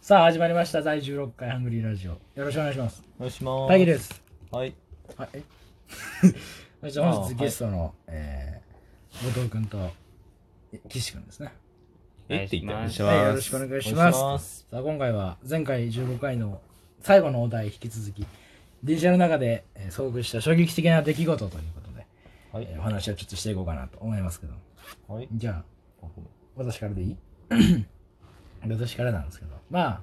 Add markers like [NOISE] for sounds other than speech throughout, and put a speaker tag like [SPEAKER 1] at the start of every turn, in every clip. [SPEAKER 1] さあ始まりました第16回ハングリーラジオよろしくお願いします
[SPEAKER 2] お願いします。
[SPEAKER 1] 大輝です
[SPEAKER 2] はい。
[SPEAKER 1] はいえそして本日ゲストの、えー、後藤君とえ岸君ですね
[SPEAKER 3] お願
[SPEAKER 2] え
[SPEAKER 3] い
[SPEAKER 2] って
[SPEAKER 3] し
[SPEAKER 2] 言った
[SPEAKER 3] ま
[SPEAKER 2] よ
[SPEAKER 3] す
[SPEAKER 2] しま
[SPEAKER 1] は
[SPEAKER 2] す
[SPEAKER 1] いよろしくお願いします
[SPEAKER 2] お願いす
[SPEAKER 1] さあ今回は前回16回の最後のお題引き続き DJ の中で、えー遭遇した衝撃的な出来事ということで、
[SPEAKER 2] はい
[SPEAKER 1] えーお話をちょっとしていこうかなと思いますけど
[SPEAKER 2] はい。
[SPEAKER 1] じゃあ私から
[SPEAKER 2] [COUGHS]
[SPEAKER 1] でいい私からなんですけどまあ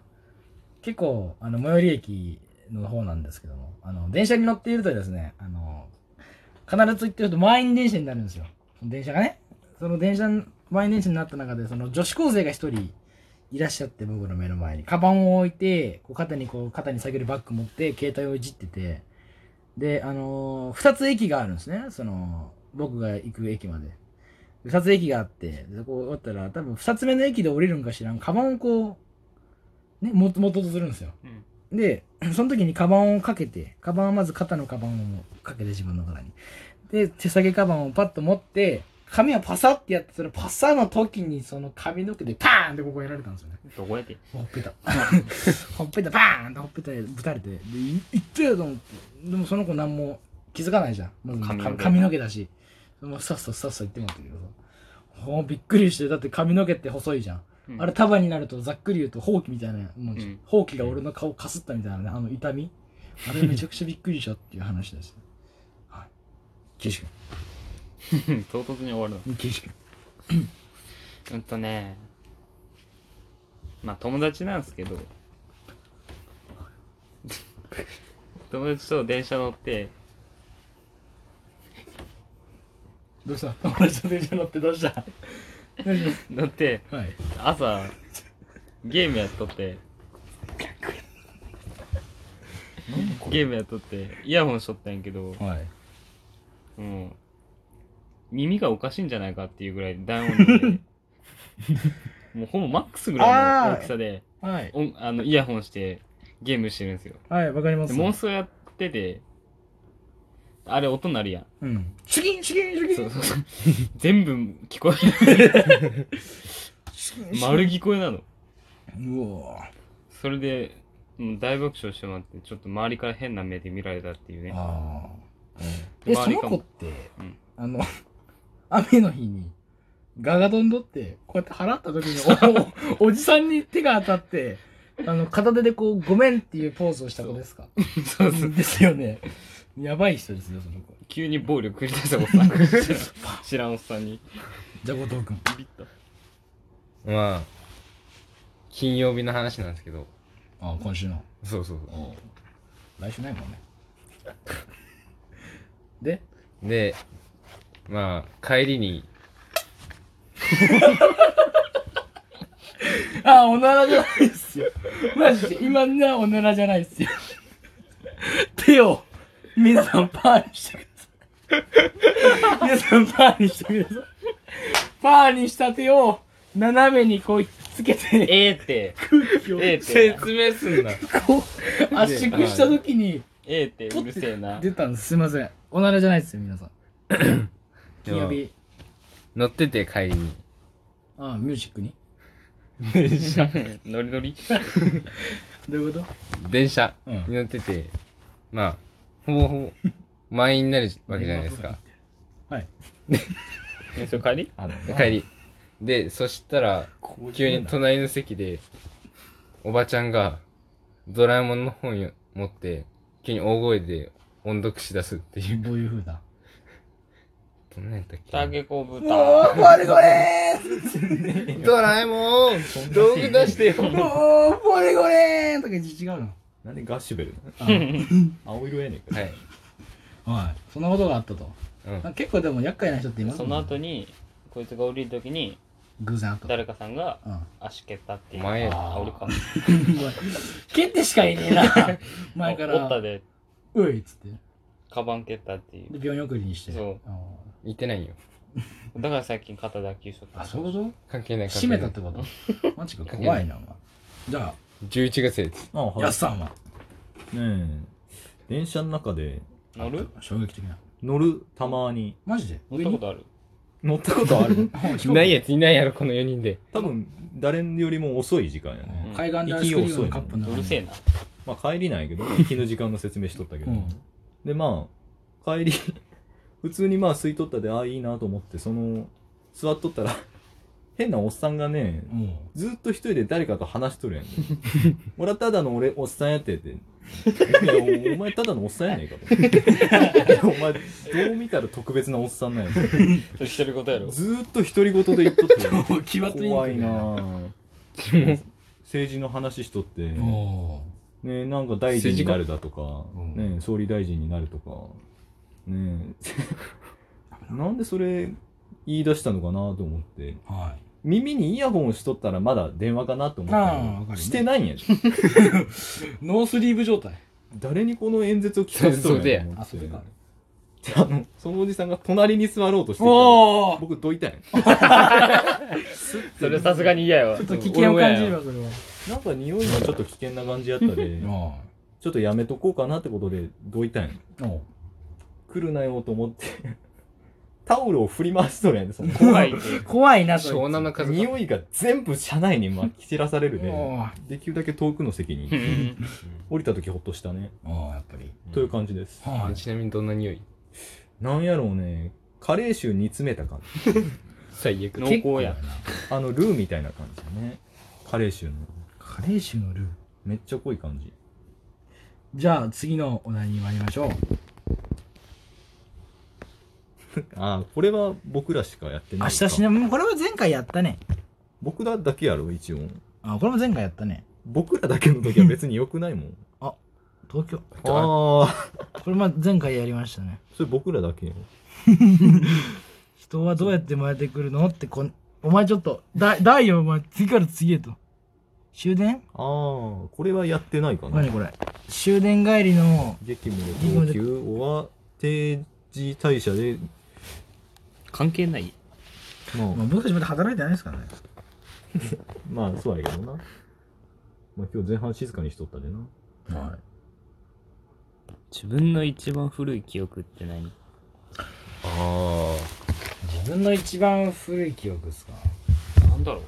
[SPEAKER 1] 結構あの最寄り駅の方なんですけどもあの電車に乗っているとですねあの必ず行ってると満員電車になるんですよ電車がねその電車満員電車になった中でその女子高生が一人いらっしゃって僕の目の前にカバンを置いてこう肩にこう肩に下げるバッグ持って携帯をいじっててであの2つ駅があるんですねその僕が行く駅まで2つ駅があって、でこうおったら、多分2つ目の駅で降りるんか知らん、カバンをこう、ね、ももととするんですよ。
[SPEAKER 3] うん
[SPEAKER 1] で、 [CLEARS THROAT] その時にカバンをかけて、カバンはまず肩のカバンをかけて自分の肩に。で、手提げカバンをパッと持って、髪をパサってやって、そのパサの時にその髪の毛でパーンってここやられたんですよね。
[SPEAKER 3] どこやって
[SPEAKER 1] ほっぺた。 [LAUGHS] ほっぺた、バーンとほっぺたぶたれて、で、いいってよと思って。でもその子何も気づかないじゃん。まず
[SPEAKER 3] 髪の毛
[SPEAKER 1] 髪の毛だし。もうさっさっさっさ言ってもらったけどさ。ほうびっくりして、だって髪の毛って細いじゃん。
[SPEAKER 3] うん
[SPEAKER 1] あれ束になるとざっくり言うとほうきみたいなもんじゃん
[SPEAKER 3] うん
[SPEAKER 1] ほうきが俺の顔かすったみたいなね、あの痛み。あれめちゃくちゃびっくりしたっていう話 [LAUGHS] です。はい。岸
[SPEAKER 3] [LAUGHS] 唐突に終わるの
[SPEAKER 1] 君。岸君。
[SPEAKER 3] うんとねまあ友達なんですけど [LAUGHS] 友達と電車乗って
[SPEAKER 1] どうした友達と電車乗ってどうした [LAUGHS] 大丈
[SPEAKER 3] 乗って
[SPEAKER 1] 夫はい。
[SPEAKER 3] 朝ゲームやっとってゲームやっとってイヤホンしとったんやけど
[SPEAKER 1] はい。
[SPEAKER 3] もう耳がおかしいんじゃないかっていうぐらい大音量でもうほぼマックスぐらいの大きさで
[SPEAKER 1] はい。
[SPEAKER 3] おんあのイヤホンしてゲームしてるんですよ
[SPEAKER 1] はい、わかりま。
[SPEAKER 3] です妄想やっててあれ音鳴るやん
[SPEAKER 1] うん。シュキンシュキンシュキン
[SPEAKER 3] そうそうそう [LAUGHS] 全部聞
[SPEAKER 2] [LAUGHS]
[SPEAKER 3] こえる丸聞こえなの
[SPEAKER 1] うお
[SPEAKER 3] それでもう大爆笑してもらってちょっと周りから変な目で見られたっていうね
[SPEAKER 1] ああ
[SPEAKER 3] うん
[SPEAKER 1] えそ
[SPEAKER 3] 周り
[SPEAKER 1] の
[SPEAKER 3] か
[SPEAKER 1] 子
[SPEAKER 3] も
[SPEAKER 1] って、
[SPEAKER 3] うん
[SPEAKER 1] あの [LAUGHS] 雨の日にガガドンドってこうやって払った時におおじさんに手が当たってあの片手でこう「ごめん」っていうポーズをした子ですか
[SPEAKER 3] そうそう
[SPEAKER 1] ですよねやばい人ですよその子
[SPEAKER 3] 急に暴力繰り出したおっさんが
[SPEAKER 2] [LAUGHS]
[SPEAKER 3] 知らん知らんおっさんに
[SPEAKER 1] じゃあ後藤君
[SPEAKER 3] ビビった
[SPEAKER 2] まあ、金曜日の話なんですけど、
[SPEAKER 1] あ今週の
[SPEAKER 2] そうそうそ
[SPEAKER 1] 来週ないもん
[SPEAKER 2] [LAUGHS]
[SPEAKER 1] ねで
[SPEAKER 2] う。で、まあ、帰りに、
[SPEAKER 1] [LAUGHS] あ、おならじゃないっすよ。マジで、今のはおならじゃないっすよ。手を、皆さんパーにしてください。皆さんパーにしてください。パーにした手を、斜めにこう、つけて、
[SPEAKER 3] ええって
[SPEAKER 1] 空気を、
[SPEAKER 3] ええって
[SPEAKER 2] 説明すんな。
[SPEAKER 1] こう、圧縮した時に、
[SPEAKER 3] ええってうるせえな
[SPEAKER 1] 出たんです。すいません。おならじゃないっすよ、皆さん。金曜日、
[SPEAKER 2] 乗ってて帰りに。
[SPEAKER 3] [LAUGHS]
[SPEAKER 1] あミュージックに。
[SPEAKER 3] ノリノリ
[SPEAKER 1] どういうこと
[SPEAKER 2] 電車
[SPEAKER 1] うん
[SPEAKER 2] に乗ってて、まあ、ほぼほぼ満員になるわけじゃないですか。
[SPEAKER 1] はい。
[SPEAKER 3] [LAUGHS] えそれ帰り
[SPEAKER 2] 帰り。で、そしたら、急に隣の席で、おばちゃんが、ドラえもんの本よ持って、急に大声で音読しだすっていう。
[SPEAKER 1] どういう風だ
[SPEAKER 2] どんなんやったっけ
[SPEAKER 3] タケコブ
[SPEAKER 1] おー、
[SPEAKER 3] タ
[SPEAKER 1] これこれー
[SPEAKER 2] ドラえもん道具出
[SPEAKER 1] [LAUGHS]
[SPEAKER 2] してよ
[SPEAKER 1] おー、ポリゴレーンとか違うの
[SPEAKER 4] なんでガッシュベル [LAUGHS] なの青色やねんか
[SPEAKER 2] はい。
[SPEAKER 1] はい。そんなことがあったと。
[SPEAKER 2] うん。
[SPEAKER 1] あ結構でも厄介な人っています
[SPEAKER 3] そ
[SPEAKER 1] もん
[SPEAKER 3] の
[SPEAKER 1] ね
[SPEAKER 3] 後にこいつが降りる時に
[SPEAKER 1] 偶然あった。
[SPEAKER 3] 誰かさんが
[SPEAKER 1] うん。 [LAUGHS]
[SPEAKER 3] 足蹴ったっていう
[SPEAKER 2] お前や
[SPEAKER 3] あ俺か
[SPEAKER 1] お前蹴ってしかいねえな。前か
[SPEAKER 3] おっ
[SPEAKER 1] ら。
[SPEAKER 3] たで
[SPEAKER 1] ういっつって。
[SPEAKER 3] カバン蹴ったってい
[SPEAKER 1] で、
[SPEAKER 3] う
[SPEAKER 1] 病院送りにして。
[SPEAKER 3] そう
[SPEAKER 1] あ
[SPEAKER 2] 言ってないよ。
[SPEAKER 3] だから最近肩脱臼しとっ
[SPEAKER 1] ー。
[SPEAKER 3] た
[SPEAKER 1] あ、そういうこ
[SPEAKER 2] 関係な
[SPEAKER 1] と
[SPEAKER 2] い。
[SPEAKER 1] 閉めたってことマジか、怖いな、お前。じゃ
[SPEAKER 2] 11月です。
[SPEAKER 4] あ
[SPEAKER 1] あ、
[SPEAKER 4] は
[SPEAKER 1] やすさんは
[SPEAKER 4] ねえ電車の中で
[SPEAKER 3] 乗る
[SPEAKER 1] 衝撃的な。
[SPEAKER 4] 乗るたまに
[SPEAKER 1] マジで
[SPEAKER 3] 乗ったことある
[SPEAKER 4] 乗ったこと
[SPEAKER 1] [LAUGHS]
[SPEAKER 4] ある
[SPEAKER 2] ないやついないやろ、この4人で。
[SPEAKER 4] 多分誰よりも遅い時間やね、
[SPEAKER 1] うん海岸でアイスクリームのカップの
[SPEAKER 3] う
[SPEAKER 1] 中に
[SPEAKER 3] るせえな。
[SPEAKER 4] まあ帰りない
[SPEAKER 1] [LAUGHS]
[SPEAKER 4] けど行きの時間の説明しとったけど、
[SPEAKER 1] うん
[SPEAKER 4] でまあ帰り [LAUGHS] 普通にまあ吸い取ったでああいいなと思ってその座っとったら [LAUGHS] 変なおっさんがね
[SPEAKER 1] うん
[SPEAKER 4] ずっと一人で誰かと話しと
[SPEAKER 1] [LAUGHS]
[SPEAKER 4] るやん、ね、俺はただの俺おっさんやってっていやおお前ただのおっさんやねんか
[SPEAKER 1] [LAUGHS]
[SPEAKER 4] とお前どう見たら特別なおっさんなんやねん
[SPEAKER 3] それ一人ことやろ。
[SPEAKER 4] ずーっと独り言で言っとって
[SPEAKER 1] もう決まって
[SPEAKER 4] 怖いなぁ政治の話しとって、
[SPEAKER 1] お
[SPEAKER 4] ね、なんか大臣になるだとか、
[SPEAKER 1] うん
[SPEAKER 4] ね、総理大臣になるとか、ね、なんでそれ言い出したのかなと思って
[SPEAKER 1] ーは
[SPEAKER 4] 耳にイヤホンしとったらまだ電話かなと思
[SPEAKER 1] あーわかる
[SPEAKER 4] ったら
[SPEAKER 1] ね
[SPEAKER 4] してないんやで
[SPEAKER 1] いノースリーブ状態
[SPEAKER 4] 誰にこの演説を聞かせとるんやと思
[SPEAKER 1] あ
[SPEAKER 4] って
[SPEAKER 1] それか
[SPEAKER 4] であのそのおじさんが隣に座ろうとしてきた
[SPEAKER 3] おお
[SPEAKER 4] 僕どいたんや
[SPEAKER 3] [LAUGHS] それさすがに嫌やわ。
[SPEAKER 1] ちょっと危険を感じるわそれ
[SPEAKER 4] なんか匂いがちょっと危険な感じやったで
[SPEAKER 1] は
[SPEAKER 4] ちょっとやめとこうかなってことでどいたんや
[SPEAKER 1] お
[SPEAKER 4] 来るなよと思ってタオルを振り回しとるやんねその
[SPEAKER 3] 怖いって。
[SPEAKER 1] 怖いなそいつ
[SPEAKER 2] 湘南の風か。
[SPEAKER 4] 匂いが全部車内にまき散らされるね
[SPEAKER 1] おー
[SPEAKER 4] できるだけ遠くの席
[SPEAKER 3] う
[SPEAKER 4] に
[SPEAKER 3] ん
[SPEAKER 4] 降りた時ほっとしたね、
[SPEAKER 1] ああやっぱり
[SPEAKER 4] という感じです
[SPEAKER 1] はい
[SPEAKER 2] ちなみにどんな匂い
[SPEAKER 4] なんやろうねカレー臭煮詰めた感じ
[SPEAKER 2] 最悪
[SPEAKER 3] 濃。
[SPEAKER 1] 結構
[SPEAKER 3] 厚や。
[SPEAKER 4] あのルーみたいな感じだねカレー臭の
[SPEAKER 1] カレー臭のルー
[SPEAKER 4] めっちゃ濃い感じ
[SPEAKER 1] じゃあ次のお題に参りましょう
[SPEAKER 4] ああこれは僕らしかやってな
[SPEAKER 1] 明
[SPEAKER 4] いか
[SPEAKER 1] 日しなもうこれは前回やったね
[SPEAKER 4] 僕らだけやろ一応
[SPEAKER 1] あこれも前回やったね
[SPEAKER 4] 僕らだけの時は別に良くないもん
[SPEAKER 1] 東京
[SPEAKER 4] [LAUGHS] ああ
[SPEAKER 1] これも前回やりましたね
[SPEAKER 4] それ僕らだけよ
[SPEAKER 1] 人はどうやって生まれてくるのってこんお前ちょっとだだいよお前次から次へと終電
[SPEAKER 4] ああこれはやってないかな
[SPEAKER 1] 何これ終電帰りの
[SPEAKER 4] 激務で高級は定時退社で
[SPEAKER 3] 関係ない
[SPEAKER 4] まあ
[SPEAKER 1] まあ僕たちまだ働いてないですからね
[SPEAKER 4] まあそうやけどな。まあ今日前半静かにしとったでな。
[SPEAKER 1] は
[SPEAKER 3] 自分の一番古い記憶って何
[SPEAKER 2] あ
[SPEAKER 1] い自分の一番古い記憶ですか
[SPEAKER 3] なんだろ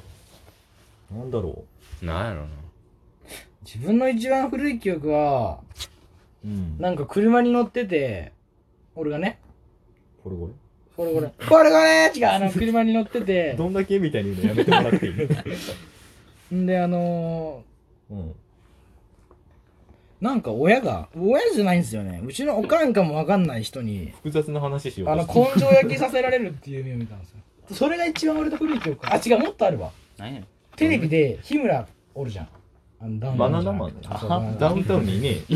[SPEAKER 3] う
[SPEAKER 4] なんだろ
[SPEAKER 2] あ。なんやろな。
[SPEAKER 1] 自分の一番古い記憶は
[SPEAKER 4] う。うん。
[SPEAKER 1] なんか車に乗ってて俺がね
[SPEAKER 4] これこ
[SPEAKER 1] これこれ [LAUGHS] これこれ違うあの車に乗って
[SPEAKER 4] れ。
[SPEAKER 1] て
[SPEAKER 4] [LAUGHS] どんだけみたいに言うのやめてもらってい
[SPEAKER 1] [LAUGHS]
[SPEAKER 4] い
[SPEAKER 1] んであの
[SPEAKER 4] うん。
[SPEAKER 1] ーなんか親が親じゃないんですよねうちのおかんかもわかんない人に
[SPEAKER 4] 複雑な話しよう
[SPEAKER 1] あの
[SPEAKER 4] こ
[SPEAKER 1] 根性焼きさせられるっていう夢を見たんですよそれが一番俺の古い記憶かあ違うもっとあるわ
[SPEAKER 3] 何やねん
[SPEAKER 1] テレビで日村おるじゃんあのダウンタ
[SPEAKER 4] バ
[SPEAKER 1] ウン
[SPEAKER 4] ナ
[SPEAKER 1] じゃ
[SPEAKER 4] ナ
[SPEAKER 1] な
[SPEAKER 4] マ
[SPEAKER 1] く
[SPEAKER 4] ン
[SPEAKER 1] て
[SPEAKER 4] だ
[SPEAKER 1] そう
[SPEAKER 4] な。
[SPEAKER 1] バ
[SPEAKER 4] ダ
[SPEAKER 1] ナナ
[SPEAKER 4] ウンタウンにいねえ。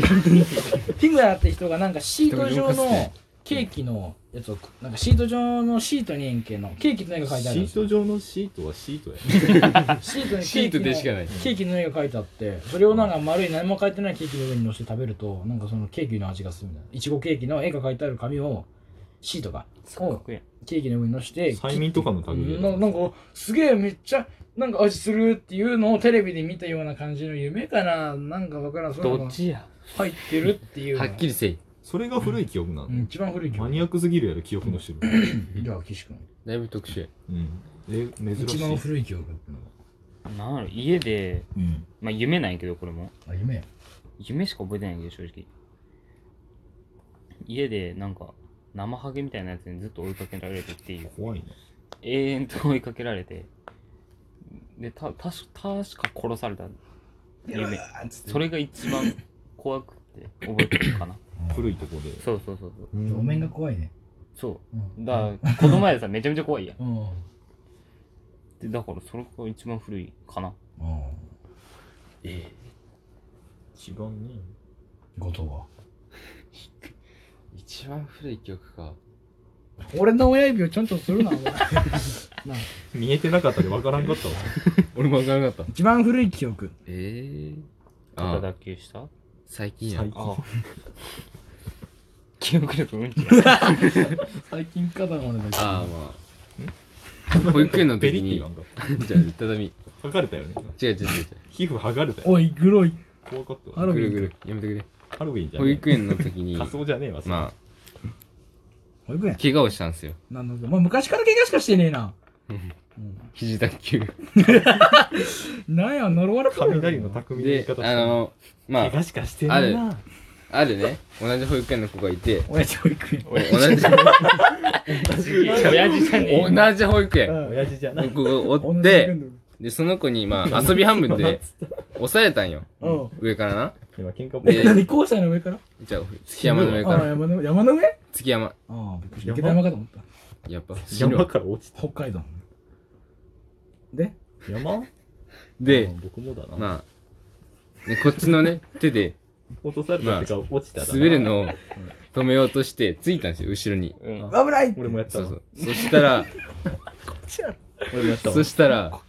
[SPEAKER 1] 日村って人がなんかシート状
[SPEAKER 2] 一人で動
[SPEAKER 1] のケーキのやつをなんかシート状のシートに円形のケーキの絵が書いてあ
[SPEAKER 4] シ
[SPEAKER 1] るんで
[SPEAKER 4] ー
[SPEAKER 1] すよ
[SPEAKER 4] ト上のシートはシートや。
[SPEAKER 1] シートに
[SPEAKER 2] シートでしか
[SPEAKER 1] い
[SPEAKER 2] ない。
[SPEAKER 1] ケーキの絵が書いてあってそれをなんか丸い何も書いてないケーキの上に乗せて食べるとなんかそのケーキの味がするみたいないちごケーキの絵が書いてある紙をシートがを
[SPEAKER 3] こや
[SPEAKER 1] ケーキの上に乗せて
[SPEAKER 4] 催眠とかの類
[SPEAKER 1] ななんかすげえめっちゃなんか味するっていうのをテレビで見たような感じの夢かななんかわからんそういうの
[SPEAKER 3] ど
[SPEAKER 1] が
[SPEAKER 3] っちや
[SPEAKER 1] 入ってるっていうの
[SPEAKER 2] は
[SPEAKER 1] が
[SPEAKER 2] っきりせい。
[SPEAKER 4] それが古い記憶なの
[SPEAKER 1] う。ん一番古い記
[SPEAKER 4] マ
[SPEAKER 1] 憶
[SPEAKER 4] ニアックすぎるやろ、記憶の種類。
[SPEAKER 1] じゃあ岸君
[SPEAKER 2] だいぶ特殊や。
[SPEAKER 4] うん。え、珍
[SPEAKER 1] 一
[SPEAKER 4] し
[SPEAKER 1] 番
[SPEAKER 4] い。
[SPEAKER 1] 古い記憶ってのは
[SPEAKER 3] なんやろ家で
[SPEAKER 4] うん。
[SPEAKER 3] まあ夢ないけどこれも
[SPEAKER 1] あ夢
[SPEAKER 3] 夢しか覚えてないけど正直家でなんか生ハゲみたいなやつにずっと追いかけられてっていう
[SPEAKER 4] 怖いね。
[SPEAKER 3] 永遠と追いかけられてでたたし確か殺された夢それが一番怖くて覚えてるかな
[SPEAKER 4] 古いとこで。
[SPEAKER 3] そうそうそうそう
[SPEAKER 1] 路面が怖いね
[SPEAKER 3] そう
[SPEAKER 1] うん
[SPEAKER 3] だから子供やでさめちゃめちゃ怖いやん
[SPEAKER 1] うん
[SPEAKER 3] でだからそれが一番古いかな
[SPEAKER 2] え
[SPEAKER 4] 一番ね。
[SPEAKER 1] 後藤は
[SPEAKER 2] え。一番古い記憶か。
[SPEAKER 1] 俺の親指をちょんちょんするなお前なあ
[SPEAKER 4] 見えてなかったで分からんかったわ。
[SPEAKER 2] 俺もわからなかった。
[SPEAKER 1] 一番古い記憶
[SPEAKER 2] ええ。
[SPEAKER 3] 肩
[SPEAKER 2] あ、
[SPEAKER 3] 脱臼したあ
[SPEAKER 2] 最近や。
[SPEAKER 4] 近
[SPEAKER 3] あ記憶力うんちや
[SPEAKER 1] [LAUGHS] 最近かだ俺だけ
[SPEAKER 2] ああ、まあ。 [LAUGHS] 保育園の
[SPEAKER 4] ペリ
[SPEAKER 2] 時
[SPEAKER 4] って
[SPEAKER 2] に
[SPEAKER 4] なん、か
[SPEAKER 2] じゃあ、畳。
[SPEAKER 4] 剥がれたよね。
[SPEAKER 2] 違う違う違う
[SPEAKER 4] 皮膚剥がれたよ。
[SPEAKER 1] おいグロい
[SPEAKER 4] 怖かった
[SPEAKER 1] ハ
[SPEAKER 4] わ
[SPEAKER 1] ロ
[SPEAKER 2] 違う。
[SPEAKER 1] ウ
[SPEAKER 2] ぐ
[SPEAKER 1] ィン
[SPEAKER 2] るぐる。やめてくれ。
[SPEAKER 4] ハロウィンじゃ
[SPEAKER 2] 保
[SPEAKER 4] ね
[SPEAKER 2] 育園の時
[SPEAKER 4] え。
[SPEAKER 2] に、
[SPEAKER 4] 仮装じゃねえわ、それ
[SPEAKER 2] まあ、
[SPEAKER 1] 保育園
[SPEAKER 2] 怪我をしたんですよ。
[SPEAKER 1] なんだけど、まあ、昔から怪我しかしてねえな。うん
[SPEAKER 2] 肘脱臼。
[SPEAKER 1] なんや、呪われた
[SPEAKER 4] 雷の匠の言い
[SPEAKER 2] で
[SPEAKER 4] 方し、て
[SPEAKER 2] あ
[SPEAKER 4] る
[SPEAKER 2] の、ま
[SPEAKER 4] 怪
[SPEAKER 2] あ、
[SPEAKER 4] 我しかしてないな
[SPEAKER 2] あるね、同じ保育園の子がいて、
[SPEAKER 1] 親父保育園。
[SPEAKER 2] 同
[SPEAKER 1] [LAUGHS]
[SPEAKER 2] じ、
[SPEAKER 3] 親父じゃねえよ。
[SPEAKER 2] 同じ保育園
[SPEAKER 4] 親父じゃな
[SPEAKER 2] の
[SPEAKER 4] い
[SPEAKER 2] 子がおっ
[SPEAKER 1] 同
[SPEAKER 2] て
[SPEAKER 1] じ、保育園
[SPEAKER 2] で、その子に、まあ、遊び半分で、押されたんよ。
[SPEAKER 1] だうん。
[SPEAKER 2] 上からな。
[SPEAKER 4] 今喧嘩
[SPEAKER 1] え、
[SPEAKER 2] で
[SPEAKER 1] 何校舎の上から
[SPEAKER 2] じゃあ、月山の上か
[SPEAKER 1] あ
[SPEAKER 2] ら。
[SPEAKER 1] 山の山の上あ
[SPEAKER 2] 月山。
[SPEAKER 1] あ、びっくりした。
[SPEAKER 4] 山
[SPEAKER 1] 池田山かと思った。
[SPEAKER 2] やっぱ、死ぬ
[SPEAKER 4] 山
[SPEAKER 2] わ
[SPEAKER 4] から落ち
[SPEAKER 1] 北海道ので、
[SPEAKER 4] た山う
[SPEAKER 2] で、
[SPEAKER 4] ん僕もだな
[SPEAKER 2] まあ、でこっちのね、手で
[SPEAKER 4] 落とされたっていうか落ちただな
[SPEAKER 2] 滑るのを止めようとして、ついたんですよ、後ろに。
[SPEAKER 3] うん
[SPEAKER 1] 危ない
[SPEAKER 4] 俺もやった
[SPEAKER 2] そう
[SPEAKER 4] わ
[SPEAKER 2] そう。そしたら、
[SPEAKER 4] 俺もやったわ
[SPEAKER 2] そしたら、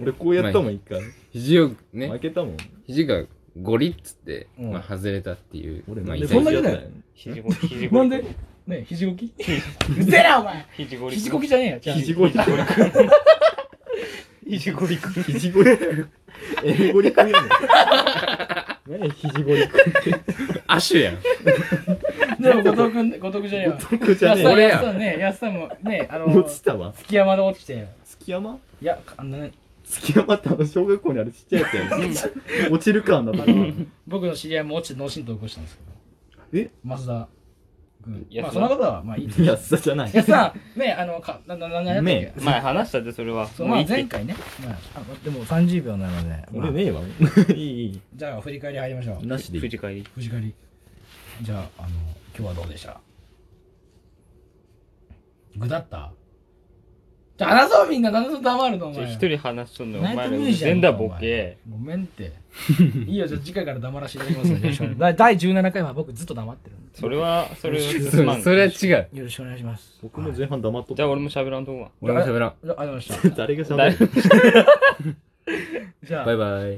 [SPEAKER 4] 俺こうやったもん一回
[SPEAKER 2] 肘をね
[SPEAKER 4] 負、けたもん
[SPEAKER 2] 肘がゴリッつって、
[SPEAKER 1] うん
[SPEAKER 2] まあ、外れたっていう、
[SPEAKER 4] 俺
[SPEAKER 2] ま
[SPEAKER 4] な
[SPEAKER 2] あ、
[SPEAKER 4] んで
[SPEAKER 2] 痛い
[SPEAKER 1] そんな
[SPEAKER 4] やった
[SPEAKER 1] にだ
[SPEAKER 4] ん
[SPEAKER 3] 肘ご肘ご
[SPEAKER 1] なんでね肘ごきうぜえな、お前
[SPEAKER 3] 肘ごり
[SPEAKER 1] 肘こきじゃねえよ。
[SPEAKER 4] 肘ゴリ君
[SPEAKER 3] 肘ごりくん。
[SPEAKER 4] 肘ゴリ君エゴリ君やねん何や肘ゴリ君って
[SPEAKER 2] アシュやん。
[SPEAKER 1] でも、後藤君、後藤君じゃねえよ。
[SPEAKER 4] 僕じゃね
[SPEAKER 2] 俺
[SPEAKER 4] え
[SPEAKER 2] や
[SPEAKER 1] 安さんね、安さんもね、あの、
[SPEAKER 4] 落ちたわ
[SPEAKER 1] 月山で落ちてよ。
[SPEAKER 4] 月山
[SPEAKER 1] いや、あのね、
[SPEAKER 4] 月山ってあの小学校にあるちっちゃいやつやねん落ちる感だっ
[SPEAKER 1] あ
[SPEAKER 4] た [LAUGHS]
[SPEAKER 1] の僕の知り合いも落ちて脳震盪起こしたんですけど。
[SPEAKER 4] え
[SPEAKER 1] 増田君。
[SPEAKER 3] 安田
[SPEAKER 1] まあ、そんなことは、まあいい [LAUGHS] です。
[SPEAKER 4] 安さじゃない
[SPEAKER 1] 安さん、ね、あの、かな、な、な、なんやったっけ
[SPEAKER 4] ね
[SPEAKER 3] 前話したでそれは。
[SPEAKER 1] そうまあ、
[SPEAKER 3] いいって
[SPEAKER 1] 前回ね、まあ、あでも30秒なので、ま
[SPEAKER 4] 俺
[SPEAKER 1] あ
[SPEAKER 4] ねえわいいい
[SPEAKER 1] じゃあ振り返り入りましょ。
[SPEAKER 4] いうなしでいい
[SPEAKER 3] 藤士会
[SPEAKER 1] 振り返り。じゃあ、あの、今日はどうでした具だったじゃあ話そうみんな、なんでそんな黙るのお前。
[SPEAKER 3] 一人話しとんのよお
[SPEAKER 1] ナイ
[SPEAKER 3] 前
[SPEAKER 1] ト
[SPEAKER 3] ら
[SPEAKER 1] ミュー
[SPEAKER 3] うる
[SPEAKER 1] ジア
[SPEAKER 3] せえ
[SPEAKER 1] ム
[SPEAKER 3] ん
[SPEAKER 1] か
[SPEAKER 3] だ
[SPEAKER 1] お
[SPEAKER 3] ボケ。
[SPEAKER 1] 前ごめんって。 [LAUGHS] いいよ、じゃあ次回から黙らせていただきます
[SPEAKER 3] [LAUGHS]
[SPEAKER 1] ねよろしくお願いします。第17回は僕ずっと黙ってるんで
[SPEAKER 3] それはそれは
[SPEAKER 2] そ
[SPEAKER 3] 進ま。
[SPEAKER 2] うんそ
[SPEAKER 3] じ
[SPEAKER 2] れは違う。
[SPEAKER 1] よろしくお願いします。
[SPEAKER 4] 僕も前半黙っとった
[SPEAKER 3] ゃあ俺
[SPEAKER 4] [LAUGHS]
[SPEAKER 3] も喋らんとこは。
[SPEAKER 2] 俺も喋らん。
[SPEAKER 1] じゃあ、ありがとうございました。
[SPEAKER 4] 誰が喋
[SPEAKER 3] 誰
[SPEAKER 4] る
[SPEAKER 1] じゃあ
[SPEAKER 2] バイ、バイ。